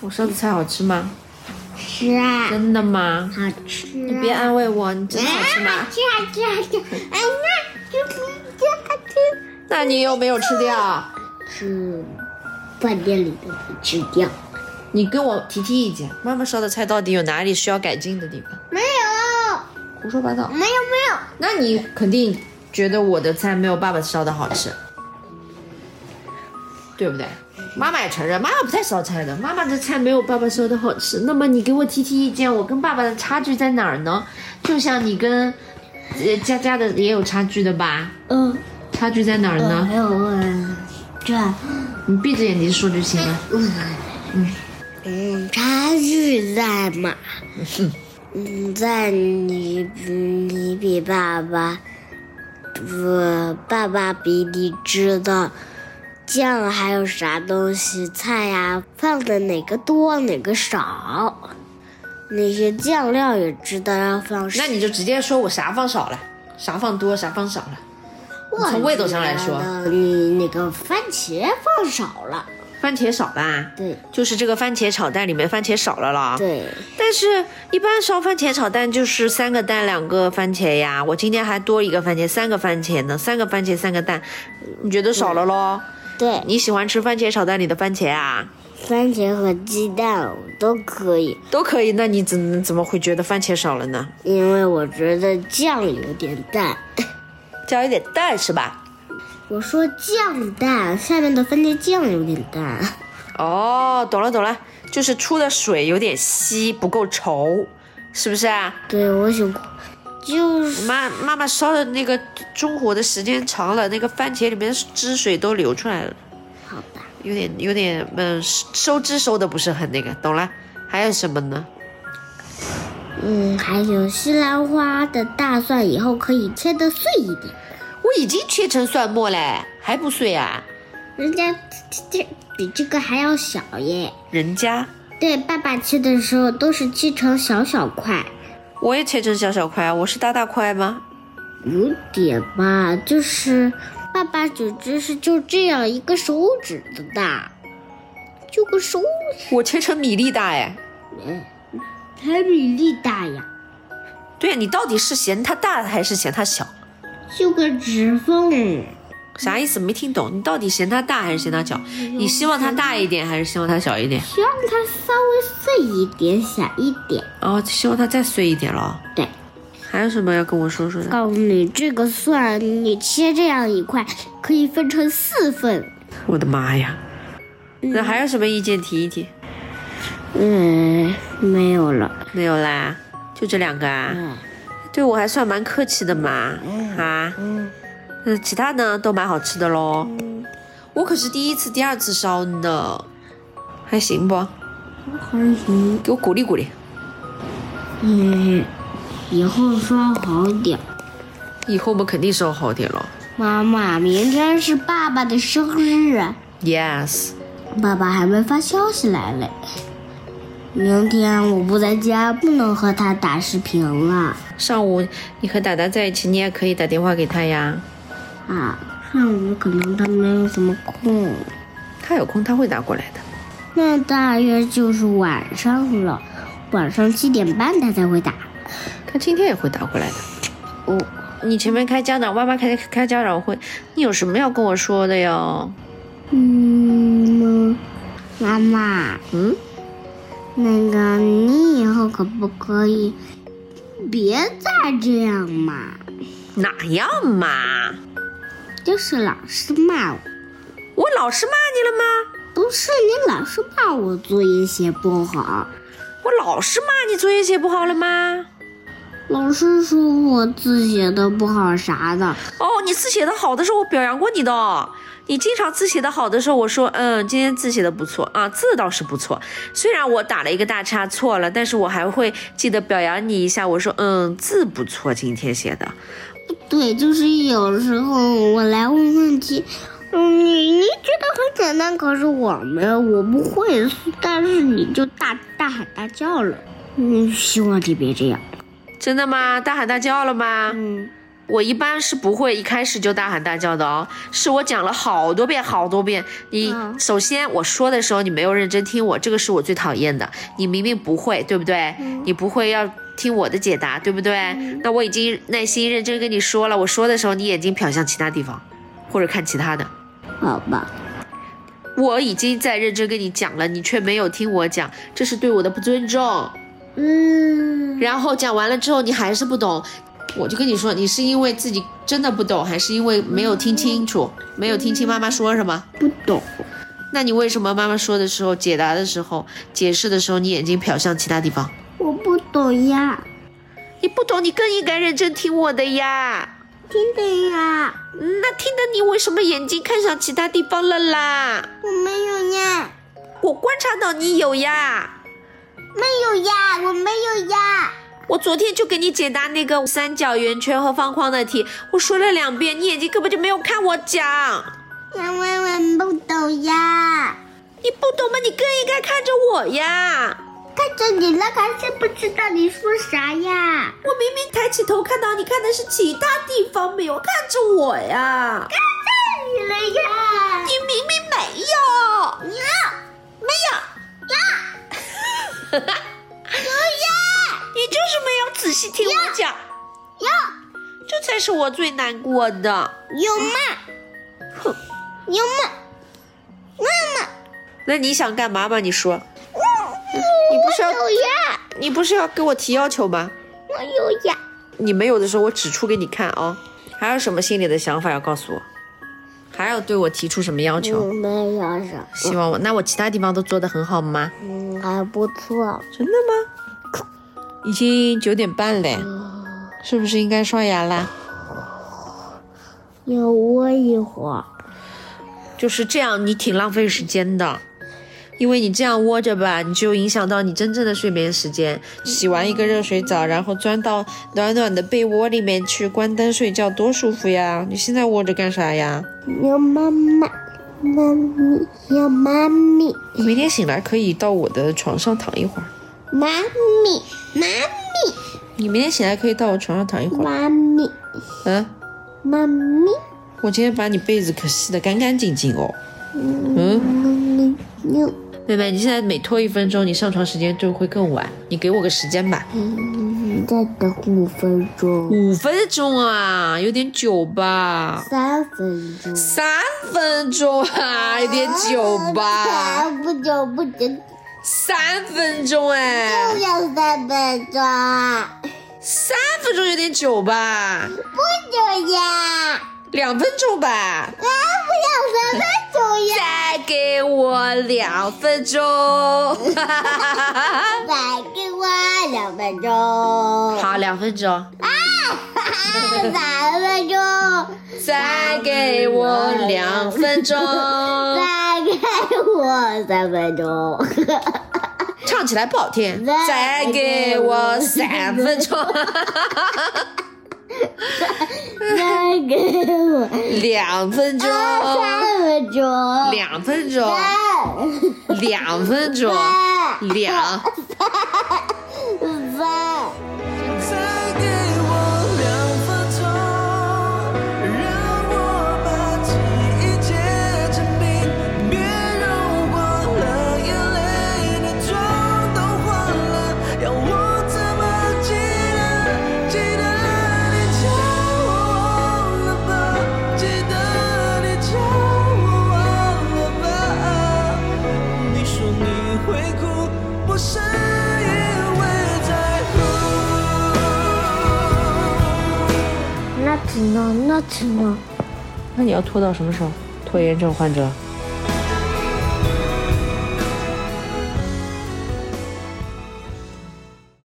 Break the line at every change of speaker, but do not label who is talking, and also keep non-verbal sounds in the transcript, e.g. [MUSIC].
我烧的菜好吃吗？
吃啊，
真的吗？
好吃、啊。
你别安慰我，你真的好吃
啊
吗？
好吃好吃好吃！啊哎，那这不这好吃。
那你有没有吃掉？
是饭店里的没吃掉。
你跟我提提意见，妈妈烧的菜到底有哪里需要改进的地方？
没有，
胡说八道！
没有没有。
那你肯定觉得我的菜没有爸爸烧的好吃，对不对？妈妈也承认，妈妈不太烧菜的，妈妈的菜没有爸爸烧的好吃。那么你给我提提意见，我跟爸爸的差距在哪儿呢？就像你跟呃佳佳的也有差距的吧？
嗯，
差距在哪儿呢？
没有问这，
你闭着眼睛说就行了。
嗯嗯，差距在嘛？嗯，在你你比爸爸，我爸爸比你知道酱还有啥东西菜呀、放的哪个多哪个少，那些酱料也知道要放啥。
那你就直接说我啥放少了，啥放多，啥放少了。
我
从味道上来说
觉得你那个番茄放少了。
番茄少啦，
对
就是这个番茄炒蛋里面番茄少了啦。
对，
但是，一般烧番茄炒蛋就是三个蛋两个番茄呀。我今天还多一个番茄，三个番茄呢，三个番茄三个蛋，你觉得少了咯？
对，
你喜欢吃番茄炒蛋里的番茄啊？
番茄和鸡蛋我都可以，
都可以，那你怎怎么会觉得番茄少了呢？
因为我觉得酱有点淡。
加一点蛋是吧？
我说酱淡，下面的番茄酱有点淡。
哦，懂了懂了，就是出的水有点稀，不够稠，是不是啊？
对，我喜欢，就是
妈妈妈烧的那个中火的时间长了，那个番茄里面汁水都流出来了。
好吧。
有点有点嗯，收汁收的不是很那个，懂了？还有什么呢？
嗯，还有西兰花的大蒜以后可以切的碎一点，
我已经切成蒜末嘞，还不碎啊？
人家这这比这个还要小耶。
人家
对，爸爸切的时候都是切成小小块，
我也切成小小块，啊我是大大块吗？
有点吧，就是爸爸只只是就这样一个手指的大，就个手
我切成米粒大哎。
还比粒大呀，
对呀、你到底是嫌它大还是嫌它小？
就个指缝。
啥意思？没听懂。你到底嫌它大还是嫌它小？你希望它大一点还是希望它小一点？
需要它稍微碎一点、小一点。
哦，希望它再碎一点咯。
对，
还有什么要跟我说说的？
告诉你，这个蒜你切这样一块，可以分成四份。
我的妈呀！那还有什么意见提一提？
嗯，没有了。
没有啦，就这两个啊。
嗯
对我还算蛮客气的嘛，啊，
嗯
嗯，其他呢都蛮好吃的喽。我可是第一次、第二次烧呢，还行不？
还行。
给我鼓励鼓励。
嗯，以后烧好点。
以后我们肯定烧好点了。
妈妈，明天是爸爸的生日，啊
Yes，
爸爸还没发消息来嘞。明天我不在家，不能和他打视频了
上午你和达达在一起，你也可以打电话给他呀。
啊。上午可能他没有什么空，
他有空他会打过来的。
那大约就是晚上了，晚上七点半他才会打。
他今天也会打过来的。
哦，
你前面开家长，妈妈开开家长会，你有什么要跟我说的呀？
嗯，妈妈，
嗯，
那个你以后可不可以别再这样嘛？
哪样嘛？
就是老是骂我。
我老师骂你了吗？
不是你老是骂我作业写不好，
我老师骂你作业写不好了吗？
老师说我字写的不好啥的，
哦，你字写的好的时候我表扬过你的哦。你经常字写的好的时候，我说，嗯，今天字写的不错啊，字倒是不错。虽然我打了一个大叉错了，但是我还会记得表扬你一下。我说，嗯，字不错，今天写的。
对，就是有时候我来问问题，嗯，你你觉得很简单，可是我没有，我不会，但是你就大大喊大叫了，嗯，希望你别这样，
真的吗？大喊大叫了吗？
嗯，
我一般是不会一开始就大喊大叫的哦，是我讲了好多遍好多遍。你
嗯
首先我说的时候你没有认真听我，这个是我最讨厌的。你明明不会，对不对？你不会要听我的解答，对不对？那我已经耐心认真跟你说了，我说的时候你眼睛瞟向其他地方，或者看其他的。
好吧，
我已经在认真跟你讲了，你却没有听我讲，这是对我的不尊重。
嗯，
然后讲完了之后，你还是不懂，我就跟你说，你是因为自己真的不懂，还是因为没有听清楚，没有听清妈妈说什么？
不懂，
那你为什么妈妈说的时候、解答的时候、解释的时候，你眼睛瞟向其他地方？
我不懂呀，
你不懂，你更应该认真听我的呀。嗯
听的呀，
那听得你为什么眼睛看向其他地方了啦？
我没有呀，
我观察到你有呀。
没有呀，我没有呀，
我昨天就给你解答那个三角、圆圈和方框的题，我说了两遍，你眼睛根本就没有看我讲。
因为我不懂呀。
你不懂吗？你更应该看着我呀！
看着你了，还是不知道你说
我
啥呀？
明明抬起头看到你看的是其他地方，没有看着我呀！
你了呀！
你明明没有。
你呀，
没有呀， [LAUGHS] 你就是没有仔细听我讲，
有
这才是我最难过的。
有嘛？
哼，
有嘛？妈妈，
那你想干嘛吧？你说，你不是要
有呀，
你不是要给我提要求吗？
我有呀。
你没有的时候，我指出给你看啊、还有什么心里的想法要告诉我？还要对我提出什么要求？
没有什么，
希望我那我其他地方都做得很好吗？
嗯，还不错。
真的吗？已经九点半嘞，是不是应该刷牙啦？
要窝一会儿，
就是这样，你挺浪费时间的，因为你这样窝着吧，你就影响到你真正的睡眠时间。洗完一个热水澡，然后钻到暖暖的被窝里面去，关灯睡觉多舒服呀！你现在窝着干啥呀？
要妈妈，妈咪，要妈咪，
你明天醒来可以到我的床上躺一会儿。
妈咪，妈
你明天醒来可以到我床上躺一会
咪，
儿。
妈咪，
嗯，
妈咪，
我今天把你被子可洗得干干净净哦。嗯，
妈咪，要，
妹妹，你现在每拖一分钟，你上床时间就会更晚。你给我个时间吧，
嗯，再等五分钟。
五分钟啊，有点久吧？
三分钟。
三分钟啊，有点久吧？？
不久不久，就
三分钟哎，
要三分钟啊，
三分钟有点久吧？
不久呀，
两分钟吧？
不要三分钟呀，
再给我两分钟。
再给我两分钟。
好，两分钟，
三分钟，
再给我两分钟，
再给我三分钟，
唱起来不好听，再给我三分 [LAUGHS] 钟，
再给我
两分钟，
三分钟，
两啊分钟，
三
两分钟，两。
三。
再给我两分钟，让我把记忆结成冰，别让过了眼泪的妆都花了，要我怎么记得？记得你叫我忘了吧，记得你叫我忘了吧。你说你会哭，不是因为在乎。
那只能，那只能。
那你要拖到什么时候？拖延症患者？